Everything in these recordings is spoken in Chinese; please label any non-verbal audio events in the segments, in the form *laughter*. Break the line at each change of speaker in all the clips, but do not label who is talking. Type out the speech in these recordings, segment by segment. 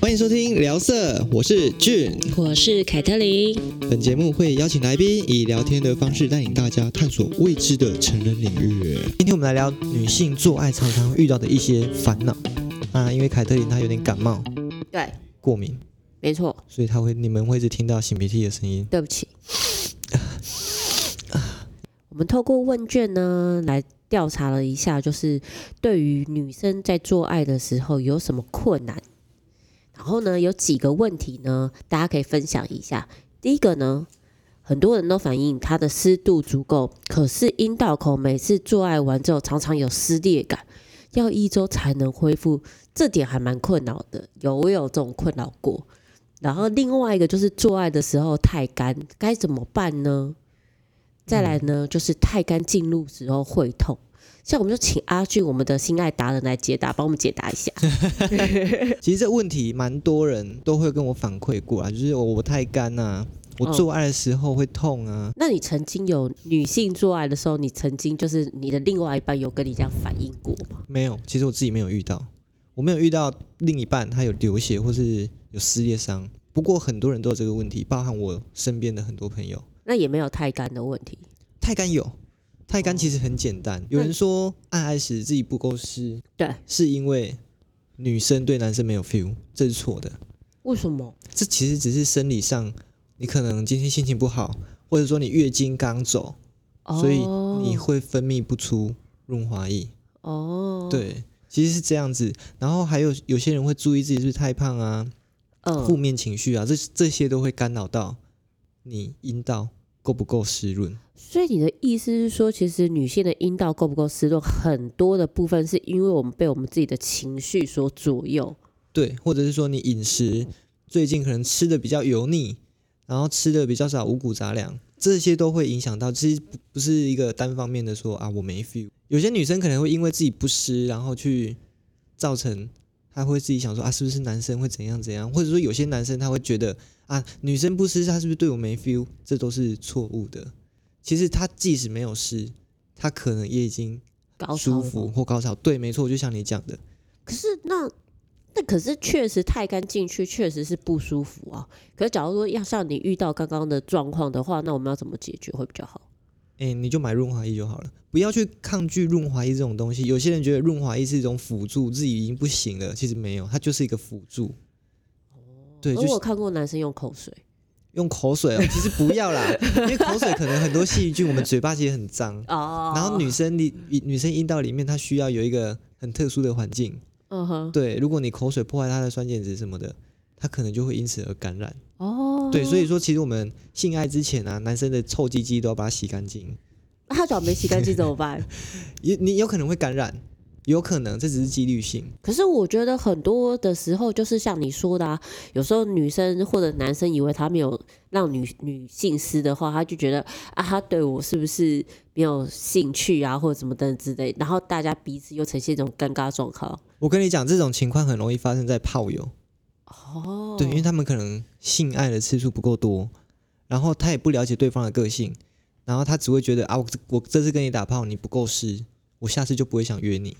欢迎收听聊色，我是俊。
我是凯特琳，
本节目会邀请来宾以聊天的方式带领大家探索未知的成人领域。今天我们来聊女性做爱常常遇到的一些烦恼。啊，因为凯特琳她有点感冒
对，
过敏，
没错，
所以她会你们会一直听到擤鼻涕的声音。
对不起。我们透过问卷呢来调查了一下，就是对于女生在做爱的时候有什么困难，然后呢有几个问题呢，大家可以分享一下。第一个呢，很多人都反映它的湿度足够，可是阴道口每次做爱完之后常常有撕裂感，要一周才能恢复，这点还蛮困扰的。有我有这种困扰过。然后另外一个就是做爱的时候太干，该怎么办呢？再来呢，就是太干进入时候会痛。像我们就请阿俊，我们的心爱达人来解答，帮我们解答一下。
其实这问题蛮多人都会跟我反馈过啊，就是我我太干啊，我
嗯
做爱的时候会痛啊。
那你曾经有女性做爱的时候，你曾经就是你的另外一半有跟你这样反应过吗？
没有，其实我自己没有遇到，我没有遇到另一半他有流血或是有撕裂伤。不过很多人都有这个问题，包含我身边的很多朋友。
那也没有太干的问题。
太干有，太干其实很简单。有人说爱爱时自己不够湿，
对，
是因为女生对男生没有 feel，这是错的。
为什么？
这其实只是生理上，你可能今天心情不好，或者说你月经刚走，所以你会分泌不出润滑液。
哦，，
对，其实是这样子。然后还有有些人会注意自己是不是太胖啊，负
嗯，
面情绪啊，这这些都会干扰到你阴道够不够湿润。
所以你的意思是说，其实女性的阴道够不够湿润，很多的部分是因为我们被我们自己的情绪所左右。
对，或者是说你饮食最近可能吃的比较油腻，然后吃的比较少五谷杂粮，这些都会影响到。其实不不是一个单方面的说啊我没 feel，有些女生可能会因为自己不湿，然后去造成她会自己想说啊是不是男生会怎样怎样，或者说有些男生他会觉得啊女生不湿，她是不是对我没 feel？这都是错误的。其实她即使没有湿，她可能也已经
高潮
舒
了
服
吗。
或高潮。对，没错，就像你讲的，
可是那那可是确实太干进去确实是不舒服啊。可是假如说要像你遇到刚刚的状况的话，那我们要怎么解决会比较好？
哎、你就买润滑液就好了，不要去抗拒润滑液这种东西。有些人觉得润滑液是一种辅助，自己已经不行了，其实没有，它就是一个辅助。对，
而
就
哦我有
是
看过男生用口水，
用口水哦，其实不要啦，因为口水可能很多细菌，我们嘴巴其实很脏。
哦
然后女生里女生阴道里面它需要有一个很特殊的环境，
嗯哼，
对，如果你口水破坏它的酸碱值什么的，它可能就会因此而感染。
哦，
对，所以说其实我们性爱之前啊，男生的臭鸡鸡都要把它洗干净。
那他脚没洗干净怎
*laughs*
么办？
也你有可能会感染，有可能这只是几率性。
可是我觉得很多的时候就是像你说的啊，有时候女生或者男生以为他没有让女女性湿的话，他就觉得啊，他对我是不是没有兴趣啊，或者什么等等之类，然后大家彼此又呈现一种尴尬状况。
我跟你讲，这种情况很容易发生在炮友，
哦，
对，因为他们可能性爱的次数不够多，然后他也不了解对方的个性，然后他只会觉得啊，我这我这次跟你打炮你不够湿，我下次就不会想约你。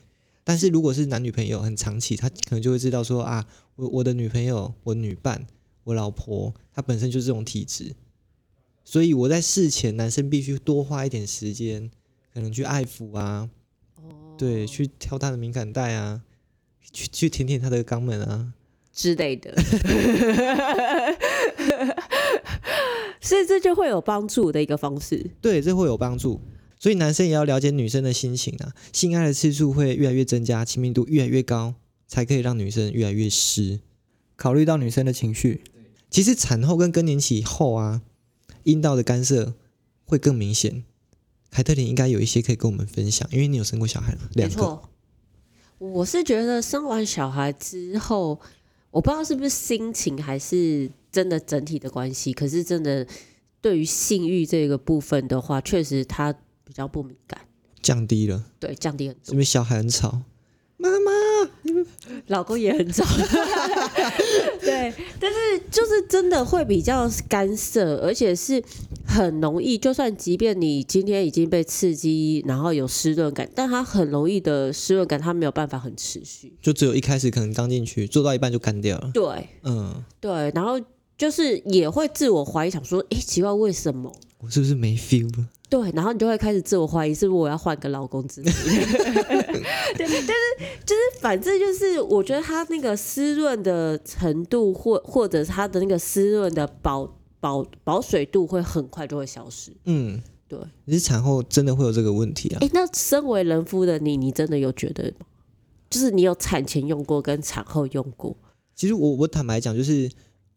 但是如果是男女朋友很长期，他可能就会知道说啊，我我的女朋友、我女伴、我老婆，她本身就是这种体质，所以我在事前男生必须多花一点时间，可能去爱抚啊，对，去挑她的敏感带啊，去去舔舔她的肛门啊，
之
*laughs*
类的， *laughs* 所以这就会有帮助的一个方式。
对，这会有帮助。所以男生也要了解女生的心情啊，性爱的次数会越来越增加，亲密度越来越高，才可以让女生越来越湿。考虑到女生的情绪，其实产后跟更年期后啊，阴道的干涉会更明显。凯特琳应该有一些可以跟我们分享，因为你有生过小孩了，
没
两个。
错，我是觉得生完小孩之后，我不知道是不是心情还是真的整体的关系，可是真的对于性欲这个部分的话，确实他比较不敏感，
降低了，
对，降低很
是
多。
不是小孩很吵？
*laughs* 老公也 *laughs* 很早，对，但是就是真的会比较干涉，而且是很容易，就算即便你今天已经被刺激，然后有湿润感，但它很容易的湿润感，它没有办法很持续。
就只有一开始可能刚进去，做到一半就干掉了。
对
嗯，
对，然后就是也会自我怀疑，想说，诶，奇怪，为什么？
我是不是没 feel 了？
对，然后你就会开始自我怀疑，是不是我要换个老公之类的？ *laughs* 对，但是就是反正就是，我觉得它那个湿润的程度，或或者是它的那个湿润的保保保水度，会很快就会消失。
嗯，
对。
你是产后真的会有这个问题啊？
哎、那身为人夫的你，你真的有觉得吗？就是你有产前用过跟产后用过，
其实我我坦白讲，就是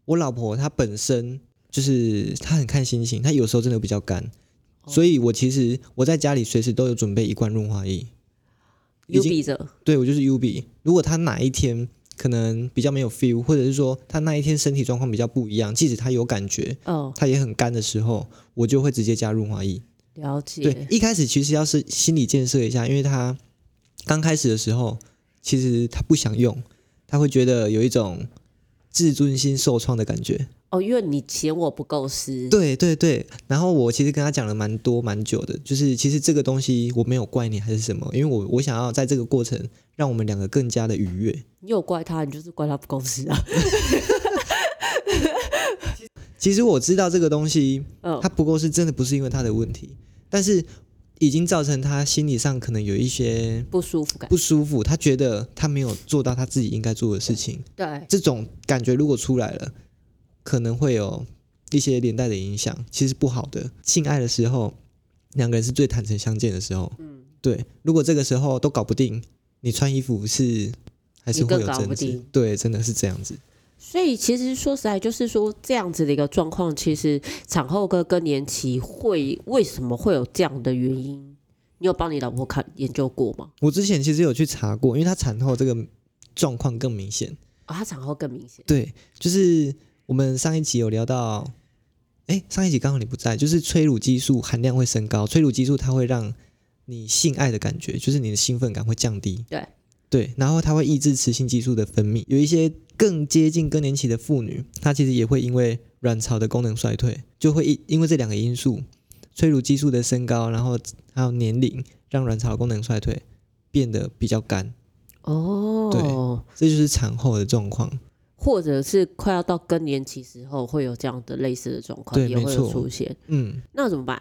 我老婆她本身就是她很看心情，她有时候真的比较干，
哦
所以我其实我在家里随时都有准备一罐润滑液。已
有
经
比着
对我就是 U B。如果她哪一天可能比较没有 feel，或者是说她那一天身体状况比较不一样，即使她有感觉，
哦，
她也很干的时候，我就会直接加润滑液。
了
对
解，，
一开始其实要是心理建设一下，因为他刚开始的时候，其实他不想用，他会觉得有一种自尊心受创的感觉。
哦，因为你嫌我不够湿，
对对对，然后我其实跟他讲了蛮多蛮久的，就是其实这个东西我没有怪你还是什么，因为我我想要在这个过程让我们两个更加的愉悦。
你有怪他，你就是怪他不够湿啊，
其实我知道这个东西
嗯
他，不够是真的不是因为他的问题，但是已经造成他心理上可能有一些
不舒服感，
不舒服，他觉得他没有做到他自己应该做的事情，
对，
这种感觉如果出来了，可能会有一些连带的影响，其实不好的。性爱的时候，两个人是最坦诚相见的时候，
嗯，
对。如果这个时候都搞不定，你穿衣服是还是
你更
会有
搞不
争执
定，
对，真的是这样子。
所以其实说实在，就是说这样子的一个状况，其实产后跟更年期会为什么会有这样的原因？你有帮你老婆看研究过吗？
我之前其实有去查过，因为她产后这个状况更明显，
啊、她产后更明显，
对，就是我们上一集有聊到。哎，上一集刚好你不在，就是催乳激素含量会升高，催乳激素它会让你性爱的感觉，就是你的兴奋感会降低。
对
对，然后它会抑制雌性激素的分泌。有一些更接近更年期的妇女，她其实也会因为卵巢的功能衰退，就会因因为这两个因素，催乳激素的升高，然后还有年龄，让卵巢的功能衰退，变得比较干。
哦，
这就是产后的状况。
或者是快要到更年期时候会有这样的类似的状况，
对
也会
没
有
错
出现，
嗯，
那怎么办？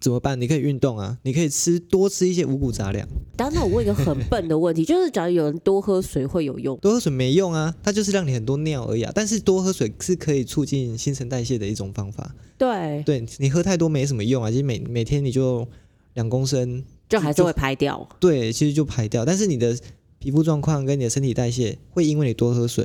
怎么办？你可以运动啊，你可以吃多吃一些五谷杂粮，
当然，那我问一个很笨的问题， *laughs* 就是假如有人多喝水会有用？
多喝水没用啊，它就是让你很多尿而已啊。但是多喝水是可以促进新陈代谢的一种方法。
对，
对你喝太多没什么用啊，其实每每天你就两公升，
就还是会排掉。
对，其实就排掉。但是你的皮肤状况跟你的身体代谢会因为你多喝水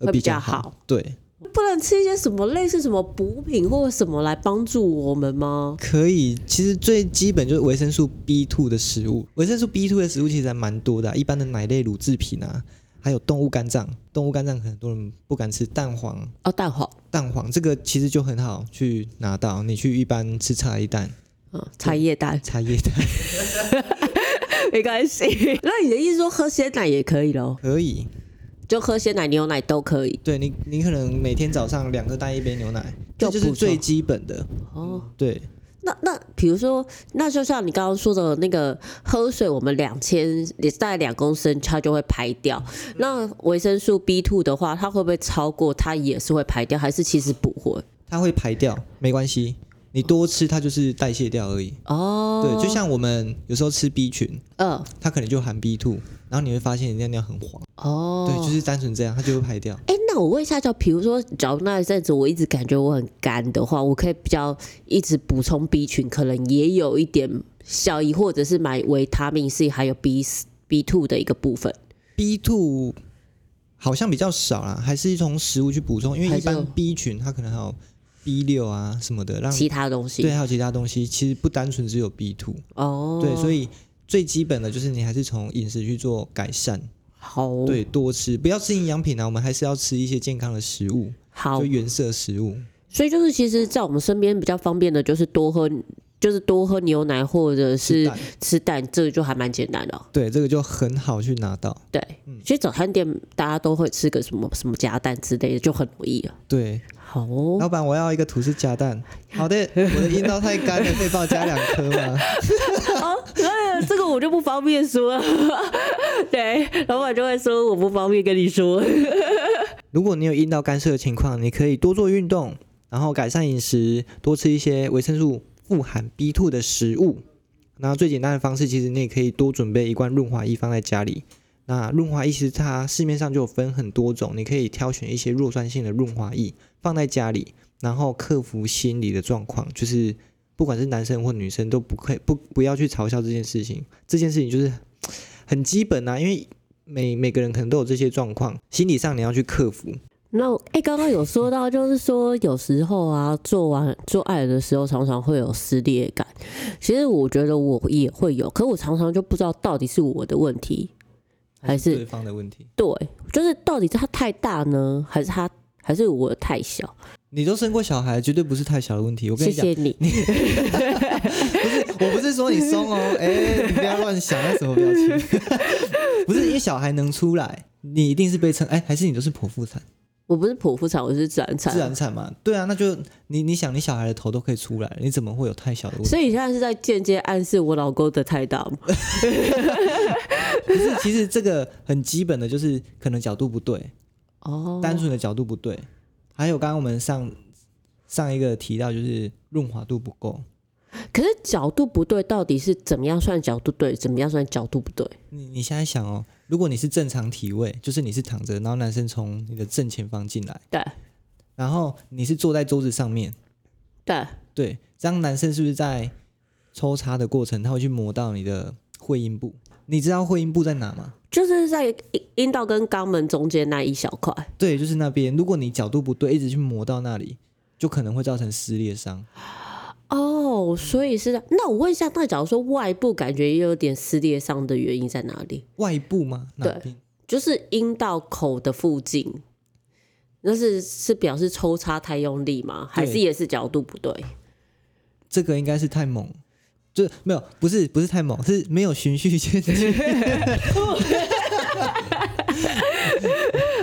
而
会比
较
较好
对，
不能吃一些什么类似什么补品或者什么来帮助我们吗？
可以。其实最基本就是维生素 B two 的食物，维生素 B two 的食物其实还蛮多的啊、一般的奶类乳制品啊，还有动物肝脏，动物肝脏很多人不敢吃，蛋黄。
哦，蛋黄，
蛋黄这个其实就很好去拿到，你去一般吃茶叶蛋、
嗯，茶叶蛋
茶叶蛋
*laughs* 没关系。 *laughs* 那你的意思说喝鲜奶也可以咯？
可以。
就喝鲜奶、牛奶都可以
对你，你可能每天早上两个蛋一杯牛奶，这
就
就是
不
最
错
基本的。
哦。
对，
那那比如说，那就像你刚刚说的那个喝水，我们两千大概两公升，它就会排掉。那维生素 B two 的话，它会不会超过？它也是会排掉，还是其实不会？
它会排掉，没关系。你多吃它就是代谢掉而已。
哦，
对，就像我们有时候吃 B 群，
嗯
它可能就含 B two，然后你会发现你尿尿很黄。
哦，
对，就是单纯这样，它就会排掉。 *laughs*
哎，那我问一下，就比如说，假如那一阵子我一直感觉我很干的话，我可以比较一直补充 B 群，可能也有一点效益，或者是买维他命 C 还有 B B two 的一个部分。
B two 好像比较少啦，还是从食物去补充，因为
还
一
是有
般 B 群它可能还有 B 六啊什么的，让
其他东西。
对还有其他东西，其实不单纯只有 B two。
哦，
对，所
以
以最基本的就是你还是从饮食去做改善。
好，
对，多吃，不要吃营养品啊，我们还是要吃一些健康的食物，
好
就，原色食物。
所以就是其实，在我们身边比较方便的，就是多喝，就是多喝牛奶或者是
蛋
吃蛋，这个就还蛮简单的哦、
对，这个就很好去拿到。嗯
对，其实早餐店大家都会吃个什么什么夹蛋之类的，就很容易了。
对，
好哦，
老板，我要一个吐司夹蛋。好的，我的阴道太干了，可以帮我加两颗吗？
哦，呃这个我就不方便说。 *laughs* 对，老板就会说我不方便跟你说。
如果你有阴道干涩的情况，你可以多做运动，然后改善饮食，多吃一些维生素富含 B two 的食物。那最简单的方式，其实你也可以多准备一罐润滑液放在家里。那润滑液其实它市面上就有分很多种，你可以挑选一些弱酸性的润滑液放在家里，然后克服心理的状况，就是不管是男生或女生都不可以不不要去嘲笑这件事情，这件事情就是很基本啊，因为每每个人可能都有这些状况，心理上你要去克服，
*laughs* 那哎，诶刚刚有说到，就是说有时候啊，做完做爱的时候，常常会有撕裂感。其实我觉得我也会有，可我常常就不知道到底是我的问题，还是
对方的问题。
对，就是到底是它太大呢，还是它还是我太小？
你都生过小孩，绝对不是太小的问题。我跟
谢
你讲，
谢你。
我不是说你松哦，哎、你不要乱想，那什么表情？ *laughs* 不是因为小孩能出来，你一定是被撑，哎、还是你都是剖腹产、
*laughs* 我不是剖腹产，我是自然产。
自然产嘛？对啊，那就你你想，你小孩的头都可以出来，你怎么会有太小的问题？
所以你现在是在间接暗示我老公的太大吗？
不是，
啊
其实这个很基本的就是可能角度不对，
哦，
单纯的角度不对，还有刚刚我们上上一个提到就是润滑度不够，
可是角度不对，到底是怎么样算角度对，怎么样算角度不对？
你你现在想哦，如果你是正常体位，就是你是躺着，然后男生从你的正前方进来，
对
然后你是坐在桌子上面，
对，
对，这样男生是不是在抽插的过程，他会去磨到你的会阴部？你知道会阴部在哪吗？
就是在阴阴道跟肛门中间那一小块。
对，就是那边。如果你角度不对，一直去磨到那里，就可能会造成撕裂伤。
哦，所以是的。那我问一下，那假如说外部感觉也有点撕裂伤的原因在哪里？
外部吗？哪
对
边？
就是阴道口的附近，那是是表示抽插太用力吗？还是
对
也是角度不对？
这个应该是太猛，就是没有，不是不是太猛，是没有循序渐进。 *laughs*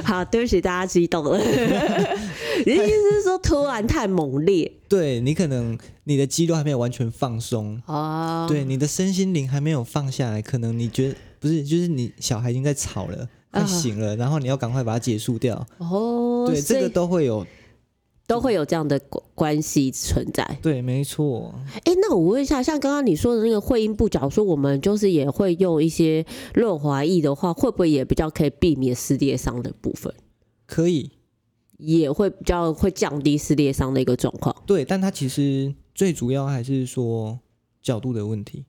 好，对不起，大家激动了。 *laughs* 你的意思是说突然太猛烈
对你可能你的肌肉还没有完全放松，
哦？
对你的身心灵还没有放下来，可能你觉得不是，就是你小孩已经在吵了，快
啊
醒了，然后你要赶快把它结束掉。
哦，
对，
所
这
以
个都会有。
都会有这样的关关系存在。
对，没错，
哎，那我问一下，像刚刚你说的那个会阴部，假如说我们就是也会用一些润滑液的话，会不会也比较可以避免撕裂伤的部分，
可以。
也会比较会降低撕裂伤的一个状况？
对，但它其实最主要还是说角度的问题，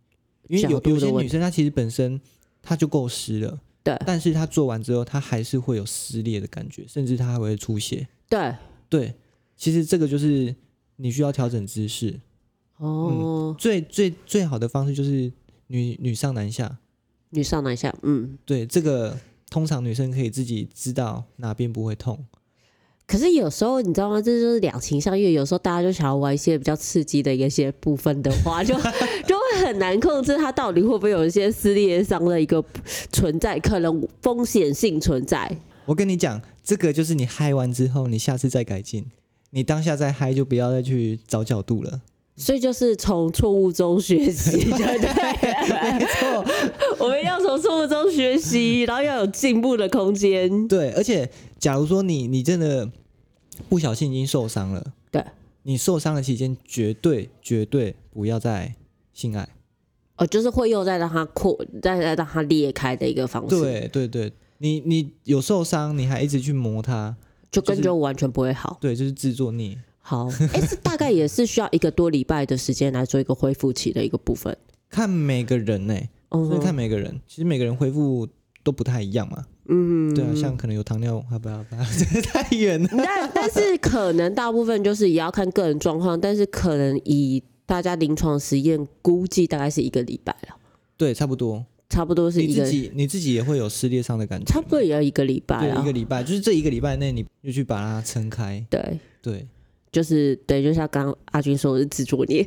因为
角
有
度
有
的
些
问
女生她其实本身她就够湿了，
对
但是她做完之后，她还是会有撕裂的感觉，甚至她还会出血。
对，
对，其实这个就是你需要调整姿势，
哦，
最最最好的方式就是女女上男下。
女上男下，嗯。
对，这个通常女生可以自己知道哪边不会痛。
可是有时候你知道吗？这就是两情相悦。有时候大家就想要玩一些比较刺激的一些部分的话，就就会很难控制它到底会不会有一些撕裂伤的一个存在，可能风险性存在。
我跟你讲，这个就是你嗨完之后，你下次再改进。你当下再嗨就不要再去找角度了。
所以就是从错误中学习， *laughs* 对不对？
没错，
我们要从错误中学习，然后要有进步的空间。
对，而且假如说你你真的不小心已经受伤了，
对，
你受伤的期间绝对绝对不要再性爱。
哦，就是会又再让它扩，再再让它裂开的一个方式，，
对对对，你你有受伤，你还一直去磨它，
就根本
就
就完全不会好。
对，就是自作孽。
*laughs* 好，哎，是大概也是需要一个多礼拜的时间来做一个恢复期的一个部分。
看每个人呢、欸
哦
所以看每个人，其实每个人恢复都不太一样嘛。
嗯，
对啊，像可能有糖尿，啊不要不要， *laughs* 这个太远了。
但但是可能大部分就是也要看个人状况，但是可能以大家临床实验估计大概是一个礼拜了，
对，差不多。
差不多是
你
一个
自，己你自己也会有撕裂伤的感觉，
差不多也要一个礼拜
对，一
啊
个。礼拜，就是这一个礼拜内你就去把它撑开。
对，
对，
就是对，就像刚刚阿军说的是自作孽。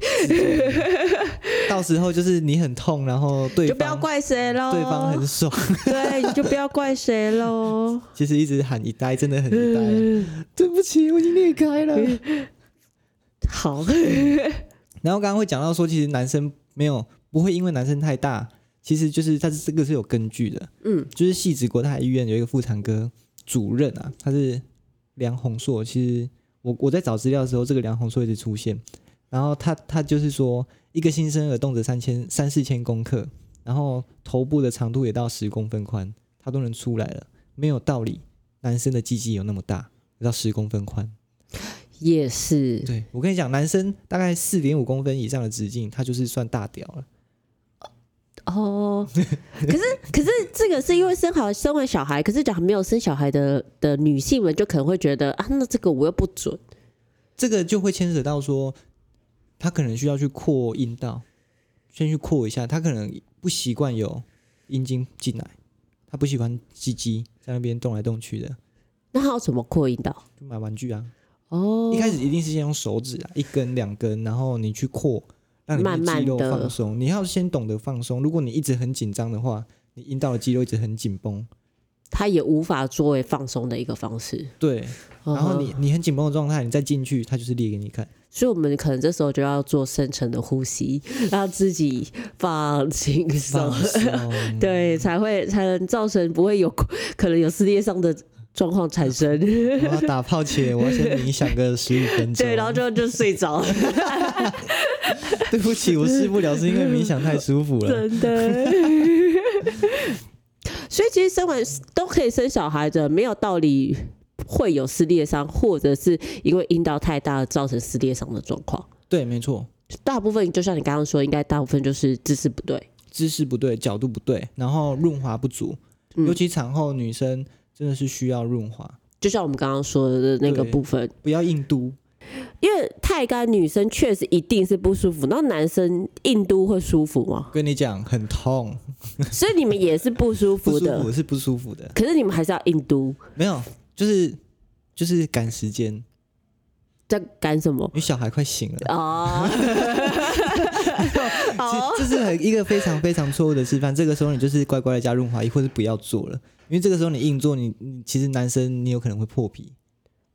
到时候就是你很痛，然后对
就不要
方
怪谁喽。
对方很爽，
对，你就不要怪谁喽。
其实一直喊一呆，啊真的很一呆。 *laughs* 对不起，我已经裂开 *laughs* 了。
好，
然后刚刚会讲到说，其实男生没有不会因为男生太大，其实就是他这个是有根据的。
嗯，
就是戏子国泰医院有一个妇产科主任啊，他是梁宏硕。其实我我在找资料的时候，这个梁宏硕一直出现。然后他他就是说，一个新生儿动辄三千三四千公克，然后头部的长度也到十公分宽，他都能出来了，没有道理男生的鸡鸡有那么大，有到十公分宽。
也是
对我跟你讲，男生大概四点五公分以上的直径，他就是算大屌了。
哦。可是可是这个是因为生好生完小孩，可是讲没有生小孩的的女性们就可能会觉得啊，那这个我又不准。
这个就会牵扯到说，他可能需要去扩阴道，先去扩一下，他可能不习惯有阴茎进来，他不喜欢鸡鸡在那边动来动去的，
那他要怎么扩音的？
就买玩具啊。
哦，
一开始一定是先用手指啊，一根两根，然后你去扩，让你
慢慢
肌肉
地
放松。你要先懂得放松，如果你一直很紧张的话，你阴道的肌肉一直很紧绷，
他也无法作为放松的一个方式。
对，然后你
嗯
你很紧绷的状态，你再进去，它就是裂给你看。
所以我们可能这时候就要做深层的呼吸，让自己放轻松
放，松
对，才会才能造成不会有 *laughs* 可能有撕裂伤的状况产生。
我要打泡前，我要先冥想个十五分钟。
*laughs* 对，然后就就睡着了，
对不起，我试不了，是因为冥想太舒服
*laughs*
了。
真的。所以其实生完都可以生小孩的，没有道理会有撕裂伤，或者是因为阴道太大而造成撕裂伤的状况。
对，没错，
大部分就像你刚刚说，应该大部分就是姿势不对。
姿势不对，角度不对，然后润滑不足，
嗯
尤其产后女生真的是需要润滑，
就像我们刚刚说的那个
对
部分，
不要硬嘟。
因为太干女生确实一定是不舒服，那男生硬都会舒服吗？
跟你讲，很痛，
所以你们也是不舒
不
服
舒
的，
服是不舒服的，
可是你们还是要硬都，
没有，就是就是赶时间，因
在干什 *laughs* 么？
为小孩快醒了。
哦，好，
这这是很一个非常非常错误的示范。这个时候你就是乖乖的加润滑液，或是不要做了，因为这个时候你硬做，你你其实男生你有可能会破皮。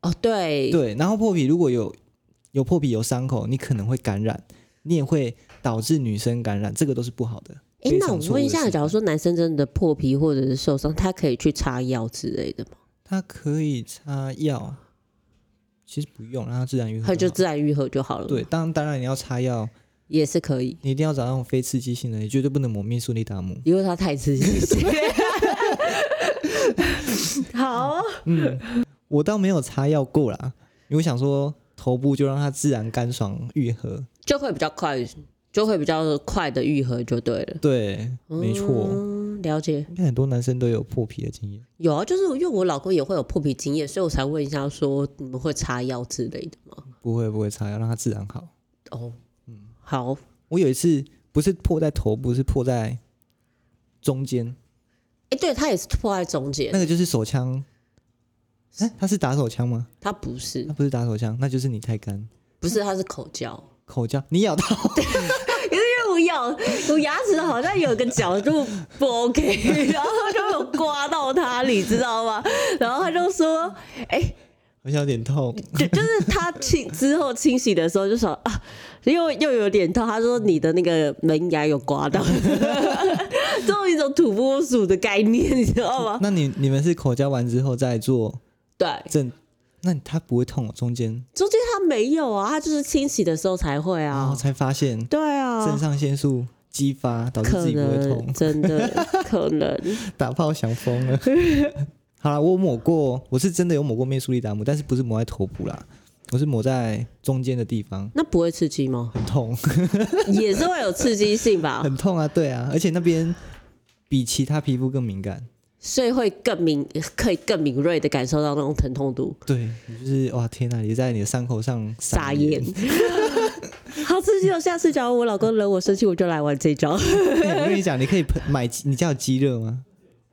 哦，对，
对，然后破皮如果有有破皮有伤口，你可能会感染，你也会导致女生感染，这个都是不好的。
哎、
非
那
常
我
错误
问一
的
下，
示
假如
范
说男生真的破皮或者是受伤，他可以去擦药之类的吗？
它可以擦药，其实不用，让它自然愈合
他
好。
就自然愈合就好了。
对，，当当然你要擦药，
也是可以，
你一定要找那种非刺激性的，你绝对不能抹密苏利达姆。
因为他太刺激 *laughs* 性。好，
我倒没有擦药过啦，因为我想说头部就让它自然干爽愈合。
就会比较快，就会比较快的愈合就对了。
对，没错，
嗯，哦了解。
应该很多男生都有破皮的经验。
有啊，就是因为我老公也会有破皮经验，所以我才问一下说你们会擦药之类的吗？
不会不会擦药，让它自然好。
哦，嗯，好，
我有一次不是破在头部，是破在中间，
哎、对他也是破在中间
那，个就是手枪。哎、他是打手枪吗？
他不是
他，不是打手枪，那就是你太干，
不是他是口交。
口交，你咬到， *laughs*
我咬我牙齿好像有个角度不 OK，然后 *laughs* 就有刮到他，你知道吗？然后他就说，哎、
好像有点痛。
就就是他清之后清洗的时候就说啊，又又有点痛，他说你的那个门牙有刮到， *laughs* 这种一种土拨鼠的概念，你知道吗？
那你你们是口交完之后再做
对，
正，那他不会痛哦，中间，
中间他没有啊，他就是清洗的时候才会
然后
啊，
才发现
对
肾
啊。
哦上腺素激发，导致
可
自己不会
能
痛，
真的
*laughs*
可能，
打炮想疯
*laughs*
了。好了，我有抹过，我是真的有抹过面苏利达姆，但是不是抹在头部啦，我是抹在中间的地方，
那不会刺
*laughs*
激吗？
很痛。
也是会有刺激性吧？
很痛啊，对啊，而且那边比其他皮肤更敏感。
所以会更敏，可以更敏锐的感受到那种疼痛度。
对，你就是哇天哪、你在你的伤口上
傻
撒
眼， *laughs* 好刺激哦！下次假如我老公惹我生气，我就来玩
*laughs*
这招。
哎我跟你讲，你可以喷买，你家有鸡热吗？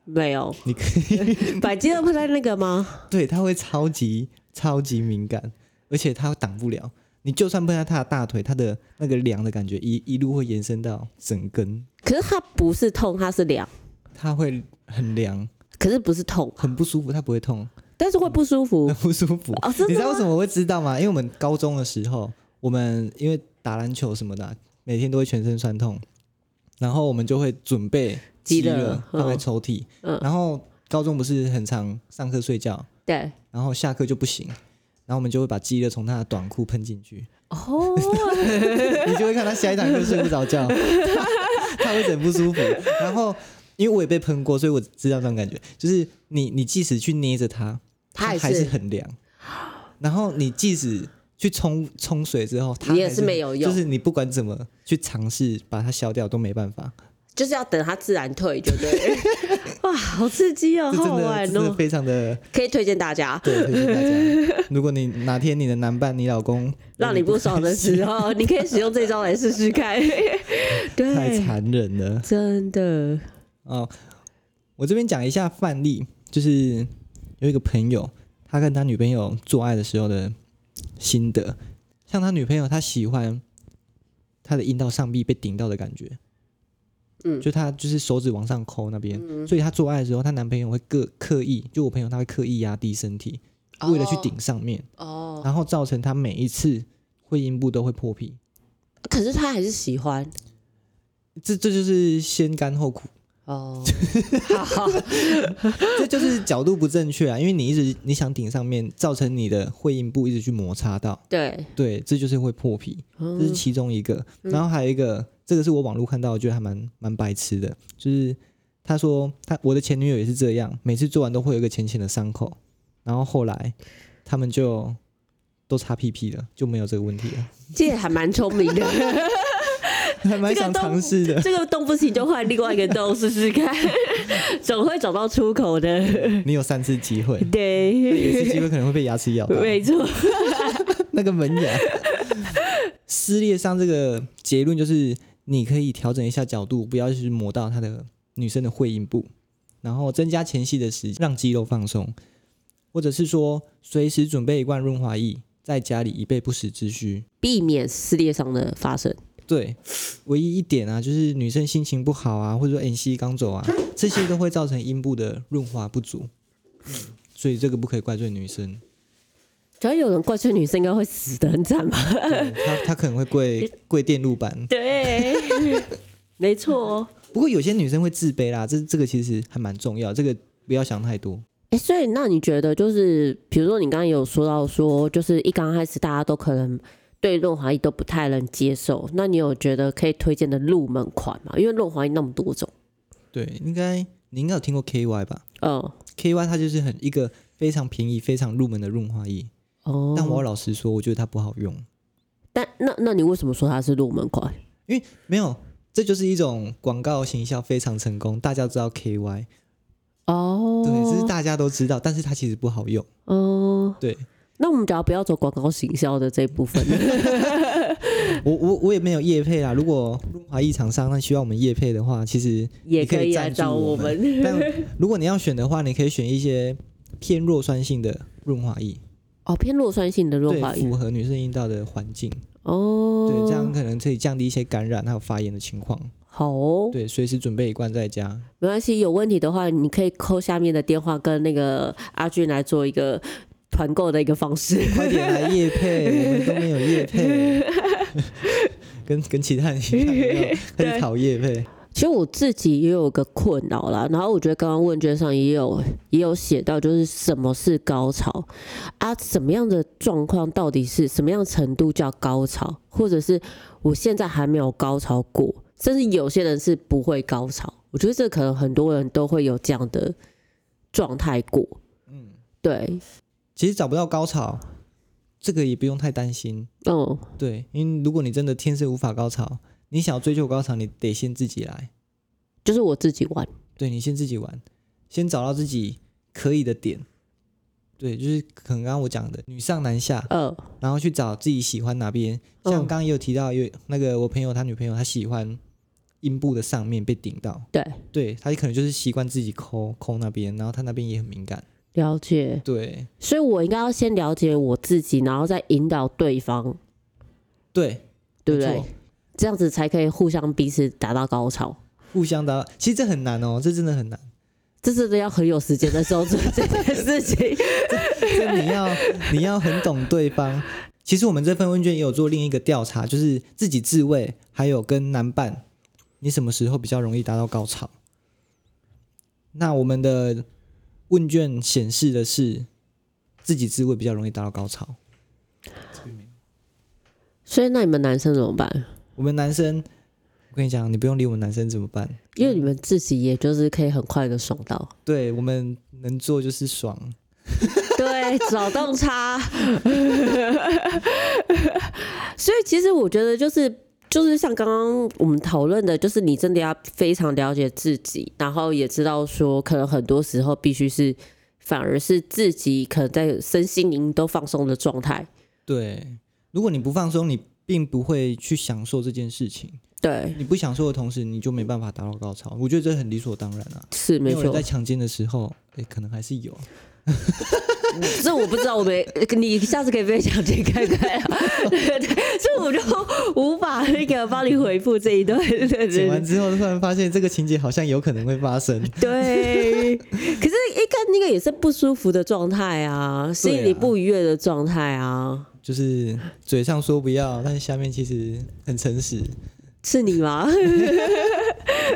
没有，
你可以，
把肌肉喷在那个吗？
对，它会超级超级敏感，而且它挡不了。你就算碰到他的大腿，他的那个凉的感觉一一路会延伸到整根，
可是它不是痛，它是凉，
他会很凉，
可是不是痛，
很不舒服，他不会痛，
但是会不舒服
很。不舒服。
哦，真
你知
的
道为
吗？
什么我会知道吗？因为我们高中的时候，我们因为打篮球什么的啊，每天都会全身酸痛，然后我们就会准备鸡
鸡肋
肋放在
嗯
抽屉，
嗯
然后高中不是很常上课睡觉，
对，
然后下课就不行，然后我们就会把鸡肋从他的短裤喷进去，
哦，
你就会看他下一堂课睡不着觉， *laughs* 他会很不舒服。然后因为我也被喷过，所以我知道那种感觉，就是你你即使去捏着它，它
它还
还是
是
很凉。然后你即使去冲冲水之后，它
也
还
是没有用
就是你不管怎么去尝试把它消掉都没办法，
就是要等它自然退，就
*laughs*
对了。
哇，好刺激哦，
这
好
真
好
的
玩
这真的
哦。
非常的
可以推荐大家，
对，推荐大家。如果你哪天你的男伴、你老公
让你不爽的时
*laughs*
候，你可以使用这招来试试看。
哎
哎
太
对，
残忍了，
真的，
哦，我这边讲一下范例，就是有一个朋友，他跟他女朋友做爱的时候的心得。像他女朋友，他喜欢他的阴道上壁被顶到的感觉，
嗯
就他就是手指往上抠那边，所以她做爱的时候，她男朋友会刻刻意，就我朋友他会刻意压低身体，为了去顶上面，
哦。
然后造成他每一次会阴部都会破皮。
可是他还是喜欢
这这就是先甘后苦，
*laughs* 哦，
这就是角度不正确啊，因为你一直你想顶上面，造成你的会阴部一直去摩擦到，
对，
对，这就是会破皮，这是
嗯
其中一个。然后还有一个，这个是我网络看到，我觉得还蛮蛮白痴的，就是他说他我的前女友也是这样，每次做完都会有一个浅浅的伤口，然后后来他们就都擦屁屁了，就没有这个问题了， *laughs*
这也还蛮聪明的。
还蛮
这个
想
都
尝试的。
这个洞不行就换另外一个洞试
*laughs*
试看，总会找到出口的。
你有三次机
*laughs*
会，有一次
对，
机会可能会被牙齿咬到。
没错，
那个门牙。 *laughs* 撕裂伤这个结论就是，你可以调整一下角度，不要去磨到她的女生的会阴部，然后增加前戏的时间，让肌肉放松，或者是说随时准备一罐润滑液，在家里以备不时之需。
避免撕裂伤的发生。
对，唯一一点啊，就是女生心情不好啊，或者说 N C 刚走啊，这些都会造成阴部的润滑不足，所以这个不可以怪罪女生，
只要有人怪罪女生，应该会死的很惨吧？
对她她可能会跪跪电路板。
对， *laughs* 没错。哦
不过有些女生会自卑啦，这这个其实还蛮重要，这个不要想太多。
哎、所以那你觉得就是，比如说你刚刚有说到说，就是一刚开始大家都可能对润滑液都不太能接受，那你有觉得可以推荐的入门款吗？因为润滑液那么多种，
对，应该你应该有听过 KY 吧
嗯，
？KY 它就是很一个非常便宜、非常入门的润滑液，
哦，
但我要老实说，我觉得它不好用，
但那那你为什么说它是入门款？
因为没有，这就是一种广告行销非常成功，大家知道 KY，
哦，
对，这是大家都知道，但是它其实不好用，
哦，
对。
那我们只要不要走广告行销的这一
*laughs*
部分，
我我我也没有业配啦。如果润滑液厂商那需要我们业配的话，其实
也
你可
可以来
赞助
找我
我
们。
但如果你要选的话，你可以选一些偏弱酸性的润滑液，
哦，偏弱酸性的润滑
对，
液
符合女生阴道的环境，
哦，
对，这样可能可以降低一些感染还有发炎的情况。
好哦，
对，随时准备一罐在家。
没关系，有问题的话你可以扣下面的电话跟那个阿俊来做一个团购的一个方式。
快点来夜配，我们都没有夜配， *laughs* 跟跟其他人一样有没有，开始讨夜配。
*laughs* 其实我自己也有个困扰啦，然后我觉得刚刚问卷上也有也有写到，就是什么是高潮啊？什么样的状况到底是什么样程度叫高潮，或者是我现在还没有高潮过，甚至有些人是不会高潮。我觉得这可能很多人都会有这样的状态过。
嗯，
对，
其实找不到高潮，这个也不用太担心。
嗯，
对，因为如果你真的天生无法高潮，你想要追求高潮，你得先自己来。
就是我自己玩，
对你先自己玩，先找到自己可以的点。对，就是可能刚刚我讲的女上男下，
嗯
然后去找自己喜欢哪边。像刚刚也有提到，有那个我朋友他女朋友，她喜欢阴部的上面被顶到，
对，
对她可能就是习惯自己抠抠那边，然后她那边也很敏感。
了解。
对，
所以我应该要先了解我自己，然后再引导对方
对，
对不
没
对
错？
这样子才可以互相彼此达到高潮。
互相打，其实这很难哦，这真的很难。
这真的要很有时间的时候做这件事
*laughs*
情。
这你 *laughs* 要你要很懂对方。其实我们这份问卷也有做另一个调查，就是自己自慰，还有跟男伴，你什么时候比较容易达到高潮？那我们的问卷显示的是自己自慰比较容易达到高潮。
所以那你们男生怎么办？
我们男生，我跟你讲，你不用理我们男生怎么办？
因为你们自己也就是可以很快的爽到，
对我们能做就是爽，
*laughs* 对，找洞差。 *laughs* 所以其实我觉得就是。就是像刚刚我们讨论的，就是你真的要非常了解自己，然后也知道说，可能很多时候必须是，反而是自己可能在身心灵都放松的状态。
对，如果你不放松，你并不会去享受这件事情。
对，
你不享受的同时，你就没办法达到高潮。我觉得这很理所当然啊。
是没
有人
错
在。
*laughs*
强奸的时候，哎，可能还是有。
这我不知道，我没，你下次可以分享给 *laughs* 看看啊。对对，这我就无法那个帮你回复这一段。 *laughs* 对对
剪完
对
之后，突然发现这个情节好像有可能会发生。
对，可是一看那个也是不舒服的状态啊，心里不愉悦的状态啊，
就是嘴上说不要，但是下面其实很诚实。
是你吗？ *laughs*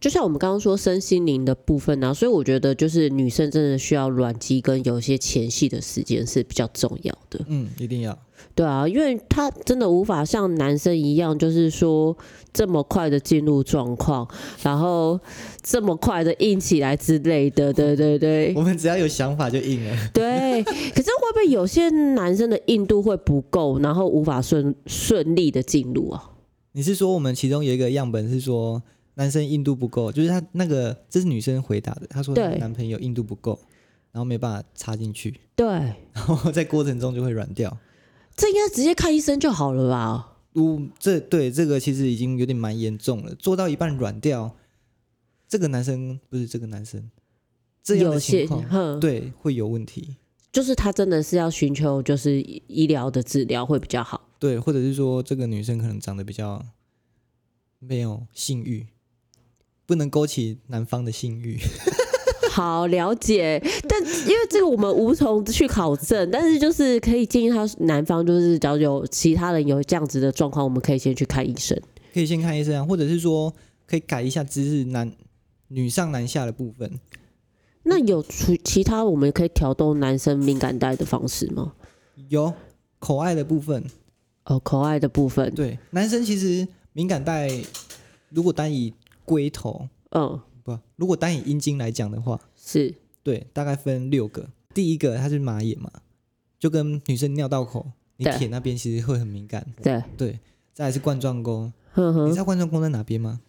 就像我们刚刚说身心灵的部分呢、啊，所以我觉得就是女生真的需要卵击跟有一些前戏的时间是比较重要的。
嗯，一定要。
对啊，因为他真的无法像男生一样，就是说这么快的进入状况，然后这么快的硬起来之类的。对对对
我们只要有想法就硬了。
*laughs* 对。可是会不会有些男生的硬度会不够，然后无法顺顺利的进入啊？
你是说我们其中有一个样本是说男生硬度不够，就是他那个这是女生回答的，她说她
对
男朋友硬度不够，然后没办法插进去，
对，
然后在过程中就会软掉。
这应该直接看医生就好了吧？
如这对这个其实已经有点蛮严重了，做到一半软掉，这个男生不是这个男生，这样
有
的情
些
况
哼，
对会有问题，
就是他真的是要寻求就是医医疗的治疗会比较好。 *laughs*
对，或者是说这个女生可能长得比较没有性欲，不能勾起男方的性欲， *laughs*
好了解，但因为这个我们无从去考证，但是就是可以建议他男方，就是只要有其他人有这样子的状况，我们可以先去看医生。
可以先看医生啊，或者是说可以改一下姿势，男女上男下的部分，
那有除其他我们可以调动男生敏感带的方式吗？
有口爱的部分，
哦，口爱的部分，
对，男生其实敏感带如果单以龟头。
嗯，
不，如果单以阴茎来讲的话，
是
对，大概分六个。第一个它是马眼嘛，就跟女生尿道口，你
对
舔那边其实会很敏感。
对，
对，再来是冠状沟，
哼
你知
嗯哼，
道冠状沟在哪边吗？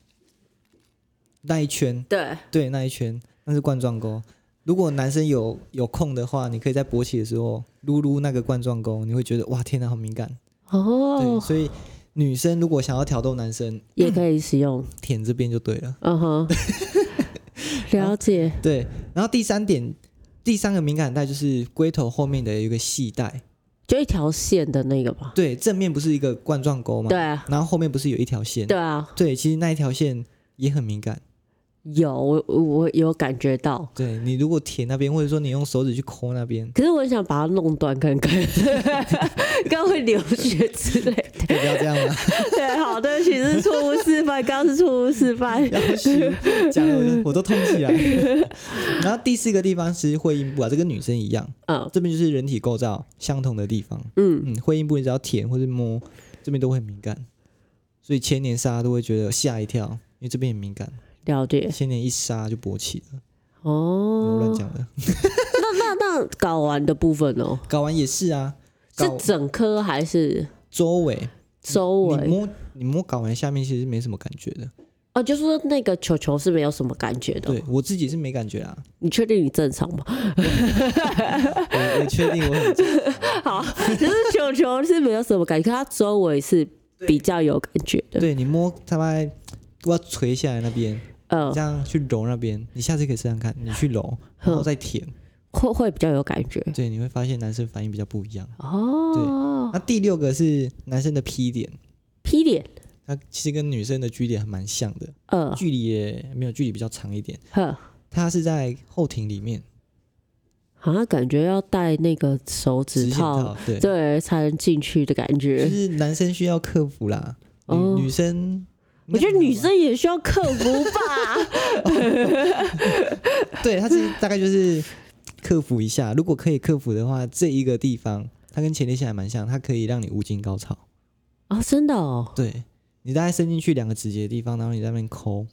那一圈，
对，
对，那一圈，那是冠状沟。如果男生有有空的话，你可以在勃起的时候撸撸那个冠状沟，你会觉得哇，天哪，好敏感。对，
哦，
所以女生如果想要挑逗男生，
也可以使用，
舔这边就对了。
嗯哼，
*laughs*
了解，
对，然后第三点，第三个敏感带就是龟头后面的有一个系带，
就一条线的那个吧，
对，正面不是一个冠状沟吗？
对，啊，
然后后面不是有一条线？
对啊，
对，其实那一条线也很敏感。
有我我我有感觉到，
对你如果舔那边，或者说你用手指去抠那边，
可是我很想把它弄断看 *laughs* 看，刚会流血之类的。
可以不要这样
*laughs*
了，
对，好，对不起，这是错误示范，刚刚是错误示范。
要虚讲了我都我都痛起来。然后第四个地方是会阴部啊，这跟女生一样，
嗯
这边就是人体构造相同的地方。
嗯，
嗯，会阴部你只要舔或者摸，这边都会很敏感，所以千年杀都会觉得吓一跳，因为这边很敏感。
了解。
千年一杀就勃起了，我乱
哦，
讲的。
那那那睾丸的部分哦，
睾丸也是啊，
是
睾
整颗还是
周围，
周
你
围？
摸你摸睾丸下面其实没什么感觉的。
哦，就是说那个球球是没有什么感觉的。哦
对我自己是没感觉啦，
你确定你正常吗？
我我确定我
*laughs*
很
好，就是球球是没有什么感觉，可它周围是比较有感觉的。
对你摸他妈我要垂下来那边，
嗯嗯
这，样去揉那边，你下次可以试试看，你去揉，然后再舔，
会会比较有感觉。
对，你会发现男生反应比较不一样。对
哦，
那第六个是男生的 P 点，
，P 脸，
它其实跟女生的 G 点还蛮像的，
呃，
距离也没有距离比较长一点。
呵，
它是在后庭里面
好像感觉要戴那个手
直
指
线
套，
套，对，
对，才能进去的感
就
觉。
是男生需要克服啦，女、
哦
女生。
我觉
啊
得女生也需要克服吧。
*laughs* 对他是大概就是克服一下，如果可以克服的话，这一个地方它跟前列腺还蛮像，它可以让你无尽高潮。
啊，真的哦，
对你大概伸进去两个指节的地方，然后你在那边抠，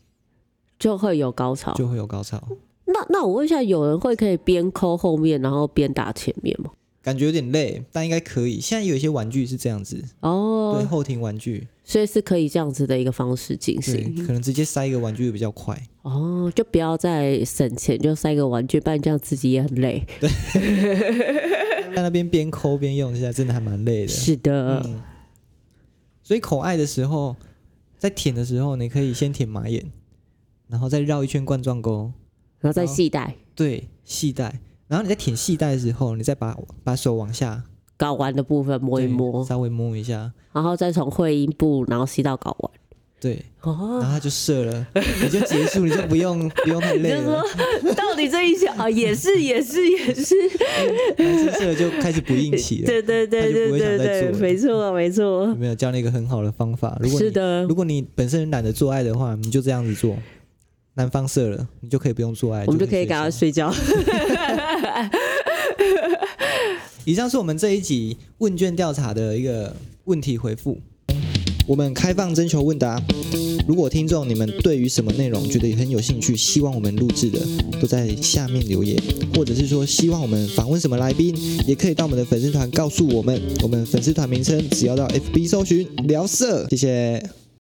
就会有高潮。
就会有高潮，
那那我问一下，有人会可以边抠后面，然后边打前面吗？
感觉有点累，但应该可以。现在有一些玩具是这样子，对
哦，
后庭玩具，
所以是可以这样子的一个方式进
对，
行。
可能直接塞一个玩具会比较快。
哦，就不要再省钱，就塞个玩具，不然这样自己也很累。
在那边边抠边用，现在真的还蛮累的。
是的，
嗯，所以口爱的时候，在舔的时候，你可以先舔马眼，然后再绕一圈冠状沟，
然后再系带，
对，系带。然后你在舔系带的时候，你再把把手往下
睾丸的部分摸一
对
摸，
稍微摸一下，
然后再从会阴部，然后吸到睾丸。
对，然
哦，
后它就射了，你就结束，你就不用不用太
你
累
就
了
说，到底这一项啊，也是也是也是，
男生射了就开始不硬起了。
*laughs* 对对对对对对，没错没
有
错，
没有教你一个很好的方法？如果
是
你
的
如。果你本身懒得做爱的话，你就这样子做，男方射了，你就可以不用做爱，
我们就可以
睡
赶快
觉
睡觉。
以上是我们这一集问卷调查的一个问题回复。我们开放征求问答，如果听众你们对于什么内容觉得很有兴趣，希望我们录制的，都在下面留言，或者是说希望我们访问什么来宾，也可以到我们的粉丝团告诉我们。我们粉丝团名称只要到 FB 搜寻聊色，谢谢。